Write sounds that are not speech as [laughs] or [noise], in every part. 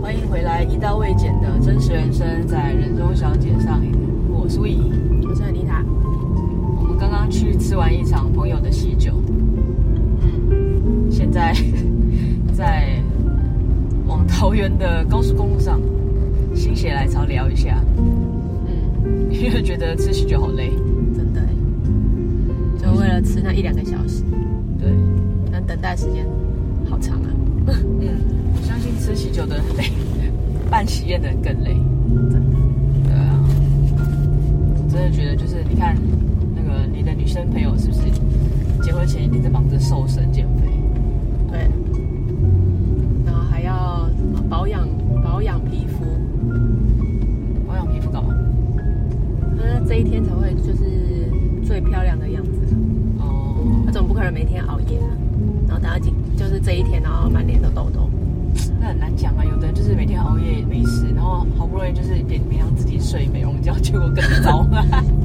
欢迎回来，一刀未剪的真实人生在人中小姐上演。我是魏怡，我是安妮塔。我们刚刚去吃完一场朋友的喜酒，嗯，现在 [laughs] 在往桃园的高速公路上，心血来潮聊一下，嗯， [laughs] 因为觉得吃喜酒好累。真的耶，就为了吃那一两个小时，对，那等待时间好长啊，嗯，我相信吃喜酒的人很累，办喜宴的人更累。真的。对啊，我真的觉得就是你看那个你的女生朋友是不是结婚前一定在忙着瘦身减肥？对，然后还要什么保养保养皮肤，保养皮肤干嘛？那这一天才会就是最漂亮的样子。哦，那总不可能每天熬夜啊，然后等到今就是这一天，然后满脸都痘痘。那很难讲啊。有的人就是每天熬夜没事，然后好不容易就是勉勉强自己睡美容觉，结果更糟。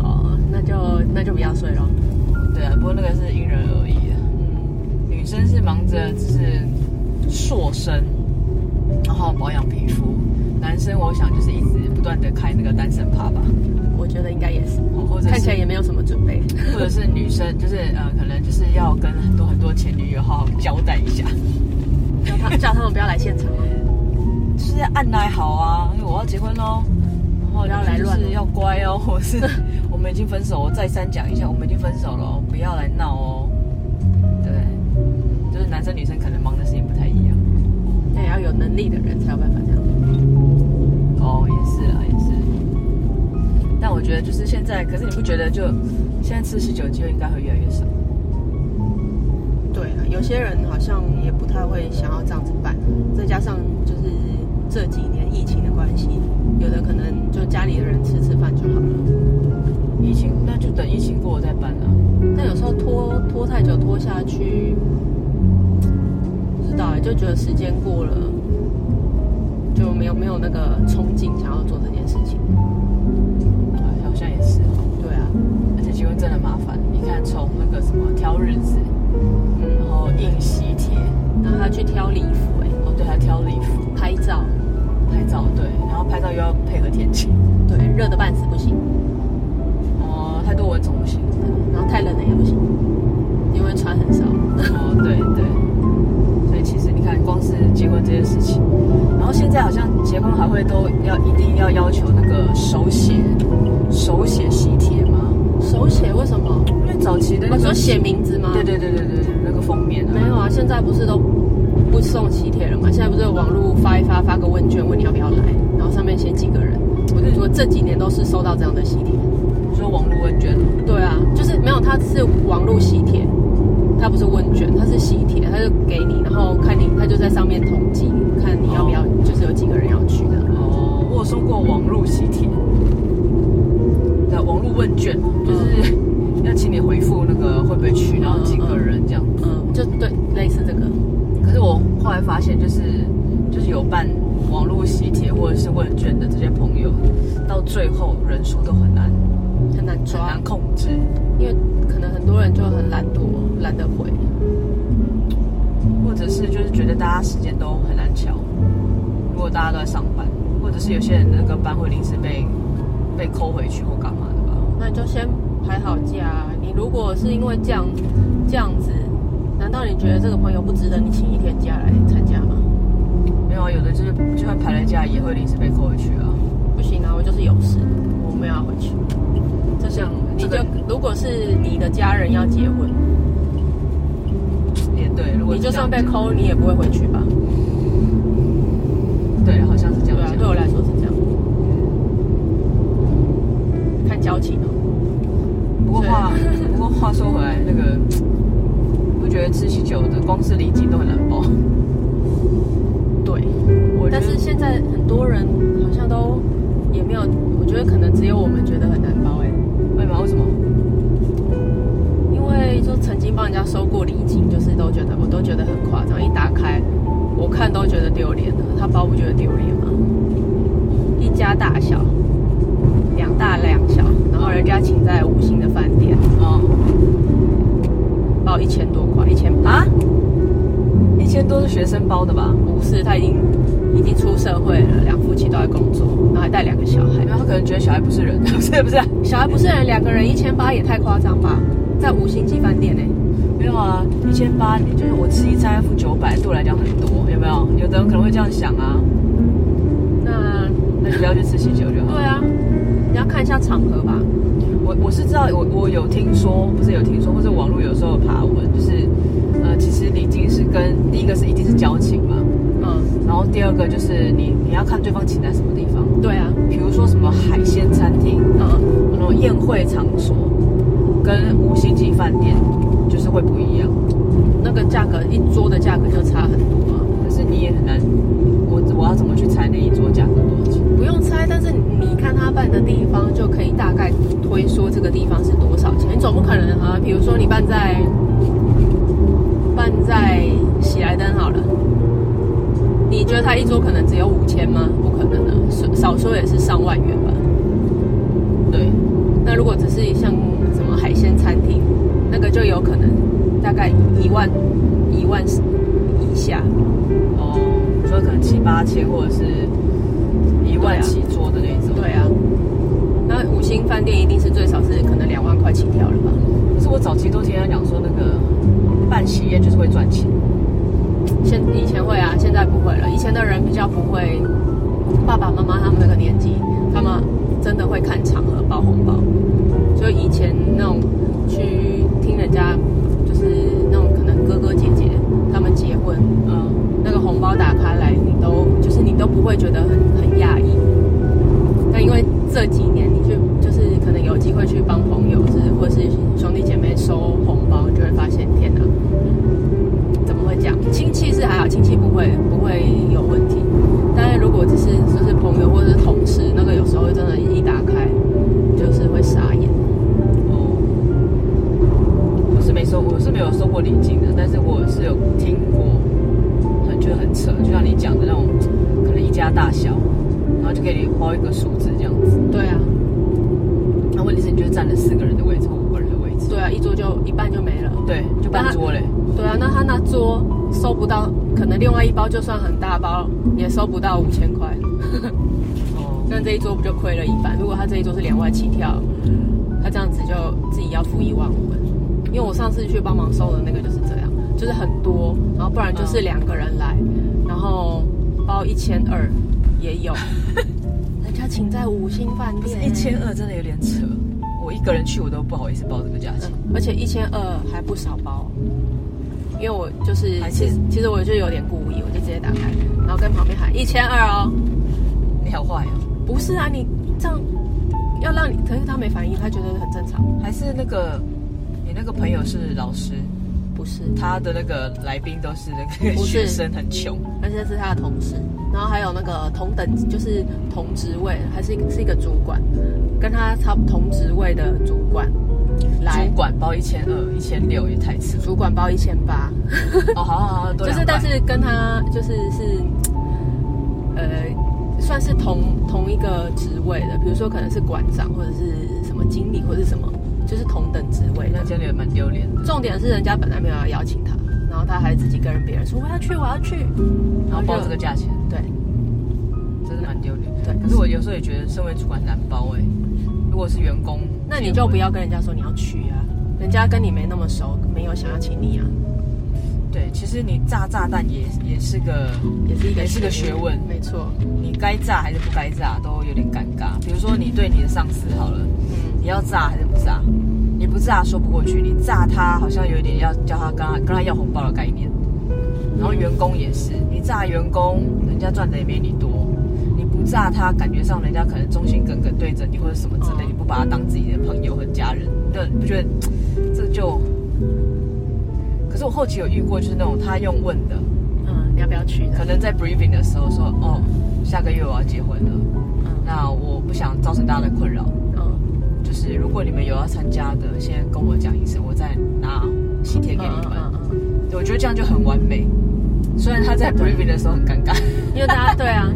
哦，那就那就不要睡咯。 [laughs] 对啊，不过那个是因人而异啊的。嗯，女生是忙着就是塑身，然后保养皮肤；男生我想就是一直不断的开那个单身趴吧，我觉得应该也是，哦或者是看起来也没有什么准备。 [laughs] 或者是女生，就是呃，可能就是要跟很多很多前女友好好交代一下，叫他叫他们不要来现场 [laughs] 啊，就是要按耐好啊，因为我要结婚喽，然后不要来乱哦就是要乖哦， [laughs] 或是我们已经分手，我再三讲一下，我们已经分手了哦，不要来闹哦。对，就是男生女生可能忙的事情不太一样。那也要有能力的人才有办法这样。哦，也是啊，也是。但我觉得就是现在，可是你不觉得就现在吃喜酒机会应该会越来越少？对啊，有些人好像也不太会想要这样子办，再加上就是这几年疫情的关系，有的可能就家里的人吃吃饭就好了。疫情那就等疫情过了再办啊。但有时候拖拖太久，拖下去，不知道哎，就觉得时间过了，就没有没有那个冲劲想要做这件事情。啊好像也是哦。对啊，而且结婚真的麻烦，你看从那个什么挑日子，然嗯，后印喜帖，然后他去挑礼服哎、哦对，还挑礼服、拍照，拍照，对，然后拍照又要配合天气，对，热的半死不行，哦，太多蚊虫不行，然后太冷了也不行，因为穿很少。哦对对，所以其实你看，光是结婚这件事情，然后现在好像结婚还会都要一定要要求那个手写手写喜帖吗？手写为什么？因为早期的那我个说写名字吗？对对对对对对，那个封面啊，没有啊，现在不是都不送喜帖了吗？现在不是有网络发一发，发个问卷问你要不要来，然后上面写几个人。我就说这几年都是收到这样的喜帖。你说网络问卷哦，对啊，就是没有，它是网络喜帖，它不是问卷，它是喜帖，它就给你，然后看你，它就在上面统计，看你要不要，就是有几个人要去的。哦，我有收过网络喜帖的网络问卷，就是 [laughs] 要请你回复那个会不会去，然后几个人这样。嗯嗯，就对，类似这个。可是我后来发现，就是就是有办网络喜帖或者是问卷的这些朋友，到最后人数都很难很难很抓难，控制。因为可能很多人就很懒惰，懒得回。或者是就是觉得大家时间都很难瞧，如果大家都在上班，或者是有些人的那个班会临时被被扣回去或干嘛的吧。那你就先排好假啊。你如果是因为这样这样子，难道你觉得这个朋友不值得你请一天假来参加吗？没有啊，有的就是就算排了假也会临时被扣回去啊。不行啊，我就是有事，我没有要回去。这像你这就个如果是你的家人要结婚，也对，如果你是就这样算被子扣，你也不会回去吧？对，好像是这对样啊，讲。对我来说是这样。看交情哦。不过话不过话说回来，那个不觉得吃喜酒的光是礼金都很难 [laughs] 包。对，我觉得但是现在很多人好像都也没有，我觉得欸可能只有我们觉得很难包哎、为什么？为什么？因为就曾经帮人家收过礼金，就是都觉得我都觉得很夸张，一打开我看都觉得丢脸了，他包不觉得丢脸吗？一家大小，两大两小，然后人家请在五星的饭店，哦包一千多块，一千八，啊，一千多是学生包的吧？不是他已经已经出社会了，两夫妻都在工作，然后还带两个小孩因为，他可能觉得小孩不是人， [laughs] 不是不是、啊，小孩不是人，两个人一千八也太夸张吧？在五星级饭店呢、没有啊，一千八，你就是我吃一餐付九百，对我来讲很多，有没有？有的人可能会这样想啊，那那你不要去吃喜酒就好。对啊，你要看一下场合吧。我我是知道，我我有听说，不是有听说，或者网络有时候有爬文，就是呃，其实礼金是跟第一个是一定是交情嘛，嗯，然后第二个就是你你要看对方请在什么地方，对啊，比如说什么海鲜餐厅、嗯，那种宴会场所，跟五星级饭店就是会不一样。那个价格一桌的价格就差很多啊。可是你也很难，我我要怎么去猜那一桌价格多少钱？不用猜，但是你看他办的地方就可以大概推说这个地方是多少钱。你总不可能啊，比如说你办在办在喜来登好了，你觉得他一桌可能只有五千吗？不可能的，少少说也是上万元吧。对，那如果只是像什么海鲜餐厅，那个就有可能大概一万一万以下。哦，所以可能七八千或者是一对啊万起桌的那种。对啊，那五星饭店一定是最少是可能两万块起跳了吧？可是我早期都听人讲说，那个办喜宴就是会赚钱，现以前会啊，现在不会了。以前的人比较不会，爸爸妈妈他们那个年纪，他们真的会看场合包红包。就以前那种去听人家，就是那种可能哥哥姐姐他们结婚，嗯，那个红包打开来，你都就是你都不会觉得很很讶异。但因为这几年你去就是可能有机会去帮朋友，是或是兄弟姐妹收红包，你就会发现天哪，怎么会这样？亲戚是还好，亲戚不会不会有问题。但是如果只是就是朋友或者是同事，那个有时候真的，一打开就是会傻眼。哦，我是没收，我是没有收过礼金的，但是我是有听过，很就很扯，就像你讲的那种，可能一家大小，然后就给你包一个数字这样子。对啊，那问题是，你就占了四个人的位置或五个人的位置，对啊，一桌就一半就没了。对，就半桌嘞。对啊，那他那桌收不到，可能另外一包就算很大包，也收不到五千块。哦，那这一桌不就亏了一半？如果他这一桌是两万起跳，他这样子就自己要付一万五了。因为我上次去帮忙收的那个就是这样，就是很多，然后不然就是两个人来，然后包一千二也 [laughs] 有，人家请在五星饭不是店一千二，真的有点扯。我一个人去，我都不好意思报这个价钱嗯。而且一千二还不少包，因为我就是还是其实其实我就有点故意，我就直接打开，然后跟旁边喊一千二哦， [laughs] 你好坏呀、哦不是啊，你这样要让你，可是他没反应，他觉得很正常，还是那个你那个朋友是老师，不是，他的那个来宾都是那个不是学生，很穷。而且是他的同事，然后还有那个同等就是同职位，还是一个是一个主管，跟他差不同职位的主管来主，管包一千二、一千六也太扯 [laughs] 了。主管包一千八。哦，好好好，多就是200但是跟他就是是，呃，算是同同一个职位的，比如说可能是馆长或者是什么经理或者是什么，就是同等职位那的。这样也蛮丢脸的。重点是人家本来没有要邀请他，然后他还自己跟别人说我要去我要去，然后报就这个价钱，对啊真的蛮丢脸。对，可是我有时候也觉得，身为主管难包哎、如果是员工，那你就不要跟人家说你要去啊，人家跟你没那么熟，没有想要请你啊，对。其实你炸炸弹也也是个也是一个也是个学问没错，你该炸还是不该炸都有点尴尬。比如说你对你的上司好了，嗯，你要炸还是不炸？你不炸说不过去，你炸他好像有一点要叫他跟他跟他要红包的概念。然后员工也是，你炸员工，人家赚的也没你多；你不炸他，感觉上人家可能忠心耿耿对着你或者什么之类，嗯你不把他当自己的朋友和家人，对，你不觉得嘖这就？可是我后期有遇过，就是那种他用问的，嗯，你要不要去可的？能在 briefing 的时候说，哦，下个月我要结婚了，嗯那我不想造成大家的困扰，嗯就是如果你们有要参加的，先跟我讲一声，我再拿喜帖给你嗯们。嗯嗯嗯对，我觉得这样就很完美。虽然他 [laughs] 在 b r i v y 的时候很尴尬， [laughs] 因为大家对啊，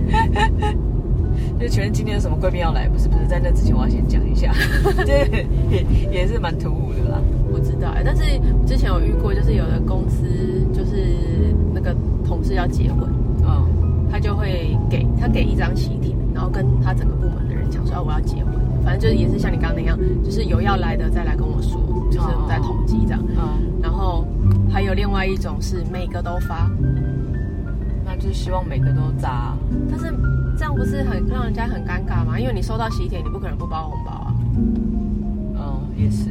就全今天有什么贵宾要来，不是不是，在那之前我要先讲一下， [laughs] 对，也也是蛮突兀的啦。我知道、欸，但是之前有遇过，就是有的公司就是那个同事要结婚，嗯，他就会给他给一张喜帖，然后跟他整个部门的人讲说、哦、我要结婚，反正就是也是像你刚刚那样，就是有要来的再来跟我说，就是我们再统计这样。嗯，然后还有另外一种是每个都发，那就希望每个都扎。但是这样不是很让人家很尴尬吗？因为你收到喜帖，你不可能不包红包啊，嗯，也是，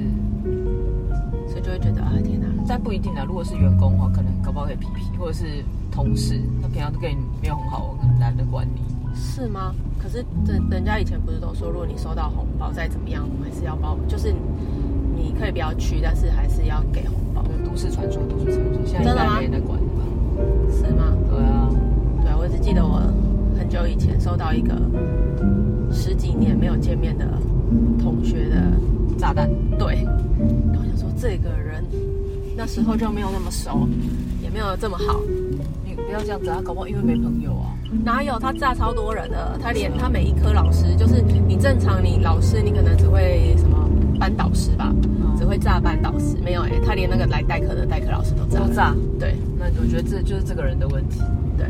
所以就会觉得啊天哪、但不一定啦。如果是员工的话，可能搞不好可以皮皮，或者是同事，他平常都跟你没有很好，我懒得管你。是吗？可是人人家以前不是都说，如果你收到红包再怎么样，还是要包，就是你可以不要去，但是还是要给红包，对，都市传说，都市传说，现在真应的吗该没人在管了吧？是吗？对啊，对，我只记得我很久以前收到一个十几年没有见面的同学的炸弹。对，然后我想说这个人那时候就没有那么熟，也没有这么好，你不要这样子啊，搞不好因为没朋友啊。哪有他炸超多人的？他连是啊他每一科老师，就是你正常你老师你可能只会什么班导师吧，嗯只会炸班导师，没有哎、他连那个来代课的代课老师都炸了都炸，对那我觉得这就是这个人的问题。对，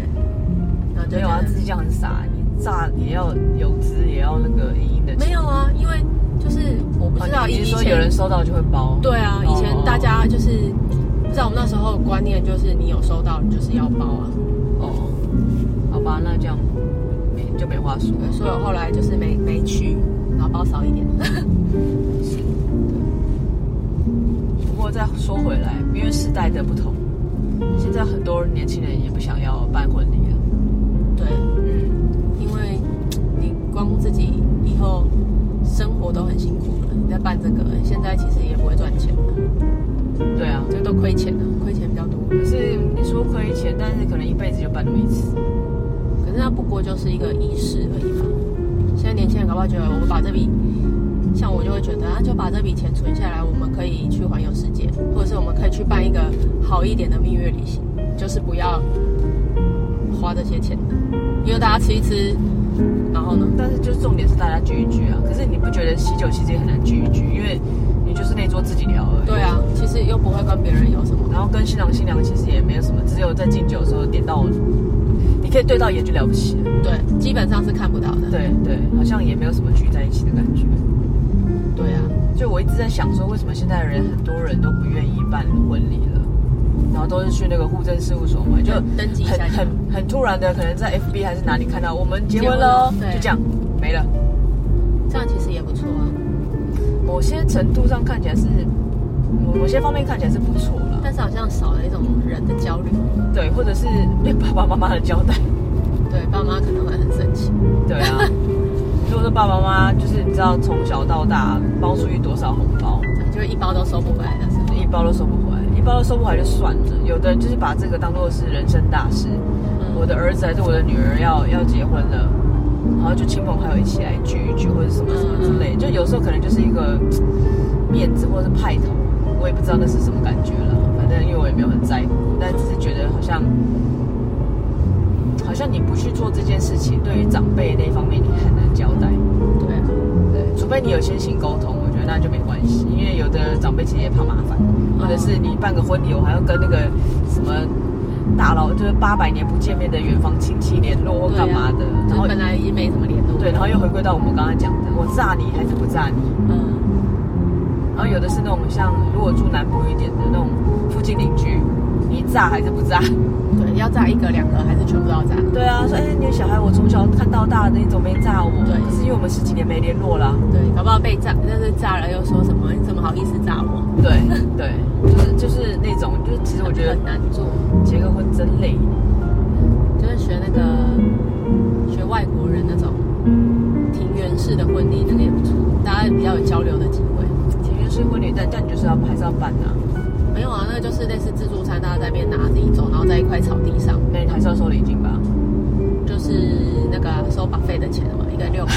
然后就没有啊，觉得自己这样很傻，你炸也要油脂，也要那个莹莹的钱。没有啊，因为就是我不知道哦你以你是啊说以有前人收到就会包？对啊，以前哦大家就是不知道我们那时候的观念就是你有收到你就是要包啊，哦，好吧，那这样没就没话说。所以我后来就是没没去，然后包少一点。不过再说回来，因为时代的不同，现在很多年轻人也不想要办婚礼了。对，嗯，因为你光自己以后生活都很辛苦了，你在办这个，现在其实也不会赚钱了，对啊。就都亏钱了，亏钱比较多。可是你说亏钱，但是可能一辈子就办那么一次。可是它不过就是一个仪式而已嘛。现在年轻人搞不好觉得哦我把这笔，像我就会觉得啊，就把这笔钱存下来，我们可以去环游世界，或者是我们可以去办一个好一点的蜜月旅行，就是不要花这些钱的，因为大家吃一吃，然后呢，但是就是重点是大家聚一聚啊。可是你不觉得喜酒其实也很难聚一聚，因为你就是那桌自己聊而已。对啊，其实又不会跟别人有什么，然后跟新郎新娘其实也没有什么，只有在敬酒的时候点到，你可以对到眼就了不起了。对，基本上是看不到的，对对，好像也没有什么聚在一起的感觉。对啊，就我一直在想说，为什么现在人很多人都不愿意办婚礼了，然后都是去那个户政事务所嘛，就登登记一很下就好很很突然的，可能在 FB 还是哪里看到我们结婚结婚了了，对就这样没了。这样其实也不错啊，某些程度上看起来是，某某些方面看起来是不错了，但是好像少了一种人的焦虑，对，或者是对爸爸妈妈的交代。对，爸妈可能会很生气，对啊，如果说爸爸妈妈就是你知道从小到大包出去多少红包，就是一包都收不回来的时候，一包都收不回来，一包都收不回来就算了，有的人就是把这个当做是人生大事，嗯我的儿子还是我的女儿要要结婚了，然后就亲朋好友一起来聚一聚或者什么什么之类，就有时候可能就是一个嘖面子或者是派头，我也不知道那是什么感觉了，反正因为我也没有很在乎，但只是觉得好像。好像你不去做这件事情，对于长辈那方面你很难交代。对啊。对，除非你有先行沟通，我觉得那就没关系，因为有的长辈其实也怕麻烦，或者是你办个婚礼，我还要跟那个什么大佬，就是八百年不见面的远房亲戚联络或对干嘛的，啊、然就后是本来也没什么联络。对，然后又回归到我们刚刚讲的，我炸你还是不炸你，嗯，然后有的是那种像如果住南部一点的那种附近邻居，你炸还是不炸？对，要炸一个两个还是全部都要炸？ [laughs] 对啊，说哎、你的小孩我从小看到大的，你怎么没炸我？对可是因为我们十几年没联络啦、对，搞不好被炸，但是炸了又说什么？你怎么好意思炸我？对对，就是就是那种，就是其实我觉得很难做，结个婚真累，就是学那个学外国人那种庭园式的婚礼，那个也不错，大家比较有交流的机会。情愿是婚礼，但但你就是要还是要办呐、啊，没有啊，那个就是类似自助餐，大家在那边拿自己走，然后在一块草地上，那你还是要收礼金吧。就是那个收把费的钱嘛，一个六 [laughs] 百，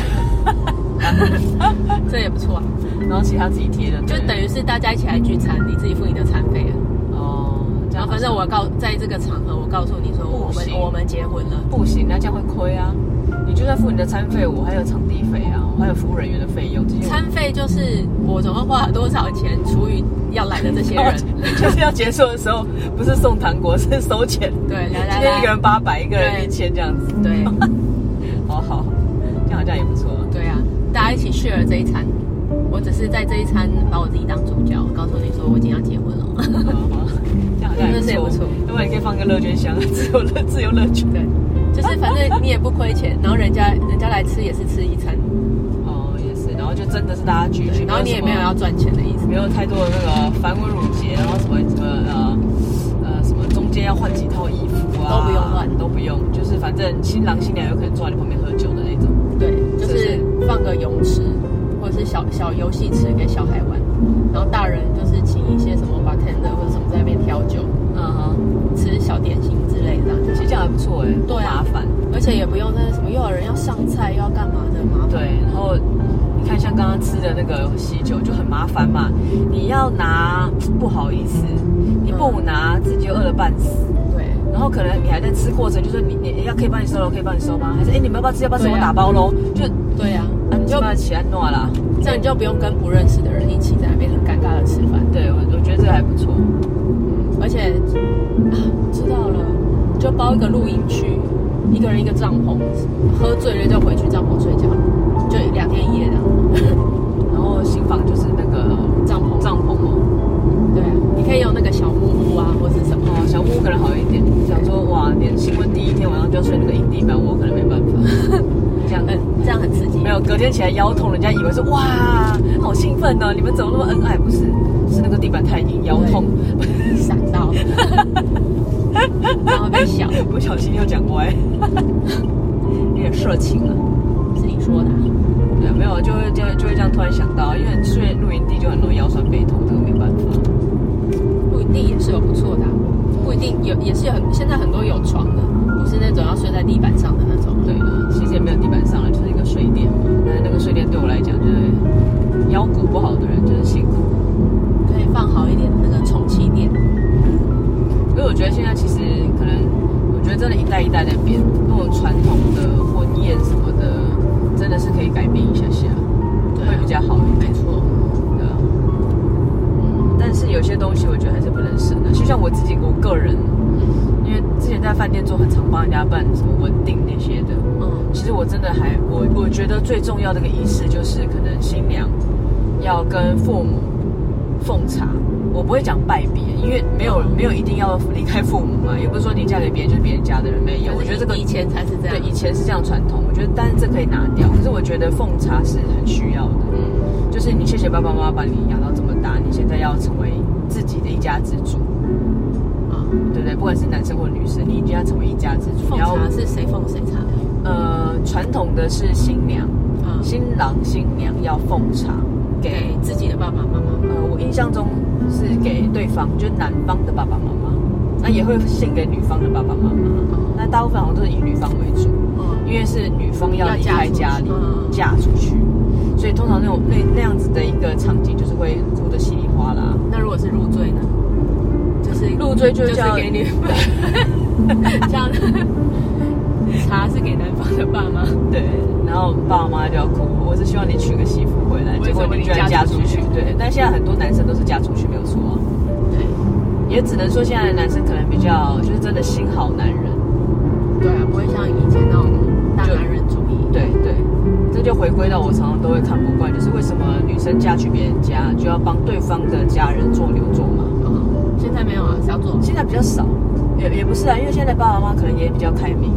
这也不错啊。然后其他自己贴的，就等于是大家一起来聚餐，你自己付你的餐费啊。哦反正我告在这个场合，我告诉你说我不们行我们结婚了，不行，那这样会亏啊！你就算付你的餐费，我还有场地费啊，我还有服务人员的费用，这些餐费就是我总共花了多少钱除以要来的这些 [laughs] 人，就是要结束的时候，不是送糖果，是收钱。对，来今天来一个来，人八百，一个人对一千这样子。对好好，好这样好像也不错。 [laughs] 对啊，大家一起 share 这一餐。我只是在这一餐把我自己当主角，告诉你说我今天要结婚了。好好这样好像这也也不不错错。要不然你可以放个乐捐箱，自由乐自由乐捐。对，就是反正你也不亏钱，然后人家人家来吃也是吃一餐，哦，也是。然后就真的是大家聚聚，然后你也没有要赚钱的意思。没有太多的那个繁文缛节，然后什么什么呃呃什么中间要换几套衣服啊，都不用换都不用，就是反正新郎新娘有可能坐在你旁边喝酒的那种。对，就就是是放个泳池或者是小小游戏池给小孩玩，然后大人就是请一些什么 bartender 或者什么在那边调酒、嗯哼，吃小点心之类的，其实这样还不错哎、不对啊麻烦。而且也不用那什么又有人要上菜又要干嘛的麻烦。对，然后你看像刚刚吃的那个喜酒就很麻烦嘛，你要拿不好意思，你不嗯拿自己就饿了半死。对然后可能你还在吃过程，就说你你要可以帮你收了，可以帮你收吗？还是哎你们要不要吃？要不要吃？对啊我打包喽。就对啊，啊你你就就把起安诺啦。这样你就不用跟不认识的人一起在那边很尴尬的吃饭。对我我觉得这个还不错。而且啊，知道了，就包一个露营区，一个人一个帐篷，喝醉了就回去帐篷睡觉，就两天一夜的然后新房就是那个帐篷。帐篷哦，对啊，你可以用那个小木屋啊，或是什么。哦小木屋可能好一点。想说哇，连新婚第一天晚上就要睡那个硬地板，我可能没办法。 [laughs] 这样嗯，这样很刺激。没有，隔天起来腰痛，人家以为是哇，好兴奋哦，你们怎么那么恩爱？不是，是那个地板太硬，腰 [laughs] 痛，闪到，然后被笑， [laughs] 不小心又讲歪， [laughs] 有点色情了。是你说的、啊。对，没有，就会就会就会这样突然想到，因为睡露营地就很容易腰酸背痛，这个没办法。不一定也是有不错的啊、不一定有也是有很现在很多有床的，不是那种要睡在地板上的那种。对了，其实也没有地板上了，就是一个睡垫嘛。但是那个睡垫对我来讲，就是腰骨不好的人就是辛苦。可以放好一点那个充气垫。所以我觉得现在其实可能，我觉得真的一代一代在变，那种传统的婚宴什么的，真的是可以改变一下下，对啊会比较好一点。没错。对啊，嗯，但是有些东西我觉得还是不能省的，就像我自己我个人，嗯因为之前在饭店做，很常帮人家办什么稳定那些的，嗯，其实我真的还我我觉得最重要的一个仪式就是可能新娘要跟父母奉茶，我不会讲拜别，因为没有没有一定要离开父母嘛，也不是说你嫁给别人就是别人家的人，没有，我觉得这个嗯以前才是这对样。以前是这样传统，我觉得但是这可以拿掉，可是我觉得奉茶是很需要的，嗯，就是你谢谢爸爸妈妈把你养到这么大，你现在要成为自己的一家之主，啊，对不对？不管是男生或女生，你已经要成为一家之主，奉你要茶是谁奉谁茶的？呃传统的是新娘。啊，新郎新娘要奉茶给给自己的爸爸妈妈。呃，我印象中是给对方，就是男方的爸爸妈妈，那也会献给女方的爸爸妈妈。那大部分好像都是以女方为主，嗯，因为是女方要要离嫁开出去家里嗯嫁出去，所以通常那种那那样子的一个场景就是会哭得稀里哗啦。那如果是入赘呢？就是入赘就就是叫给你 [laughs] 这样的。茶是给男方的爸妈，对，然后爸妈就要哭，我是希望你娶个媳妇回来，结为什果么你你居然嫁嫁出出去去。对，但现在很多男生都是嫁出去，没有错啊。对也只能说现在的男生可能比较就是真的心好男人，对啊，不会像以前那种大男人主义。对对，这就回归到我常常都会看不惯，就是为什么女生嫁去别人家就要帮对方的家人做牛做马？嗯，现在没有啊，小左。现在比较少，也也不是啊，因为现在爸爸妈妈可能也比较开明，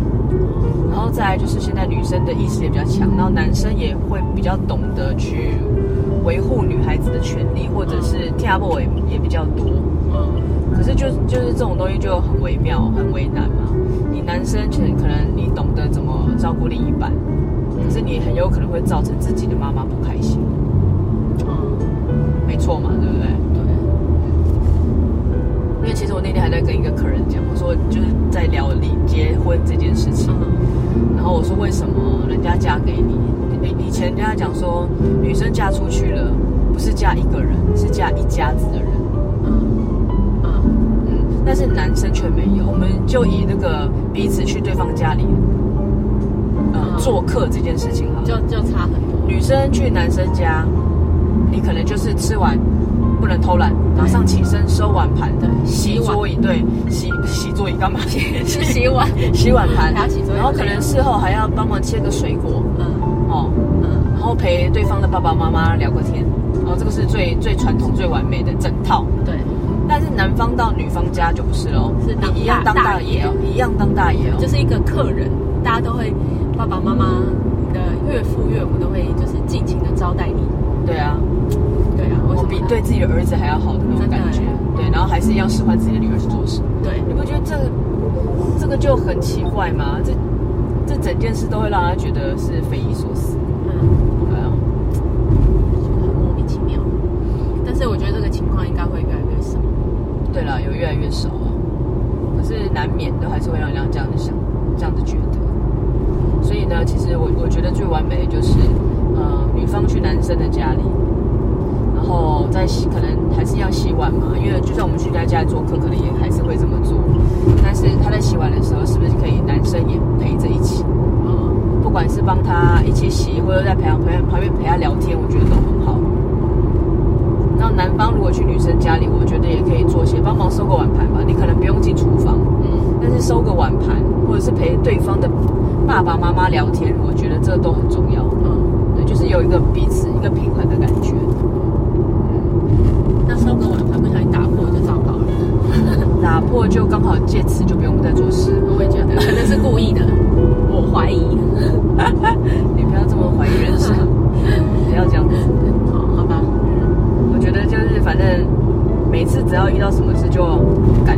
然后再来就是现在女生的意识也比较强，然后男生也会比较懂得去维护女孩子的权利，或者是听阿伯也也比较多。嗯，可是就就是这种东西就很微妙，很为难嘛。你男生其实可能你懂得怎么照顾另一半，可是你很有可能会造成自己的妈妈不开心，嗯，没错嘛，对不对？对，因为其实我那天还在跟一个客人讲，我说就是在聊离结婚这件事情，嗯，然后我说为什么人家嫁给你？以以前人家讲说女生嫁出去了，不是嫁一个人，是嫁一家子的人。嗯，嗯，嗯，但是男生却没有。我们就以那个彼此去对方家里，呃，嗯做客这件事情好了。就就差很多。女生去男生家，你可能就是吃完不能偷懒，马上起身收碗盘的，洗洗碗桌椅，对，洗洗桌椅干嘛？ [laughs] 去 [laughs] 洗碗，洗碗盘还要洗桌，椅然后可能事后还要帮忙切个水果嗯哦，嗯，然后陪对方的爸爸妈妈聊个天，哦，这个是最最传统、最完美的整套。对，但是男方到女方家就不是喽，是当你一样大当大爷哦，一样当大爷哦，就是一个客人，大家都会爸爸妈妈、你的岳父岳母都会就是尽情的招待你。对啊，对啊，为我什么比呢对自己的儿子还要好的那种真的感觉，对，然后还是一样使唤自己的女儿去做事，对你不觉得这个这个就很奇怪吗？这这整件事都会让他觉得是匪夷所思，嗯，对啊，很莫名其妙。但是我觉得这个情况应该会越来越少。对啦，有越来越少啊，可是难免都还是会让人家这样子想，这样子觉得。所以呢，其实我我觉得最完美的就是，呃，女方去男生的家里，然后再洗，可能还是要洗碗嘛，因为就算我们去人家家里做客，可能也还是会这么做。但是他在洗碗的时候，是不是可以男生也陪着一起？呃嗯，不管是帮他一起洗，或者在旁旁旁边陪他聊天，我觉得都很好。那男方如果去女生家里，我觉得也可以做些帮忙收个碗盘吧。你可能不用进厨房，嗯但是收个碗盘，或者是陪对方的爸爸妈妈聊天，我觉得这都很重要。嗯，对，就是有一个彼此一个平衡的感觉。那收个碗盘不小心打破就糟糕了。打破就刚好借此就不用再做事。我也觉得可能是故意的，我怀疑。 [laughs] 你不要这么怀疑人生，不要这样子。哦好，好吧，我觉得就是反正每次只要遇到什么事就感嗯啊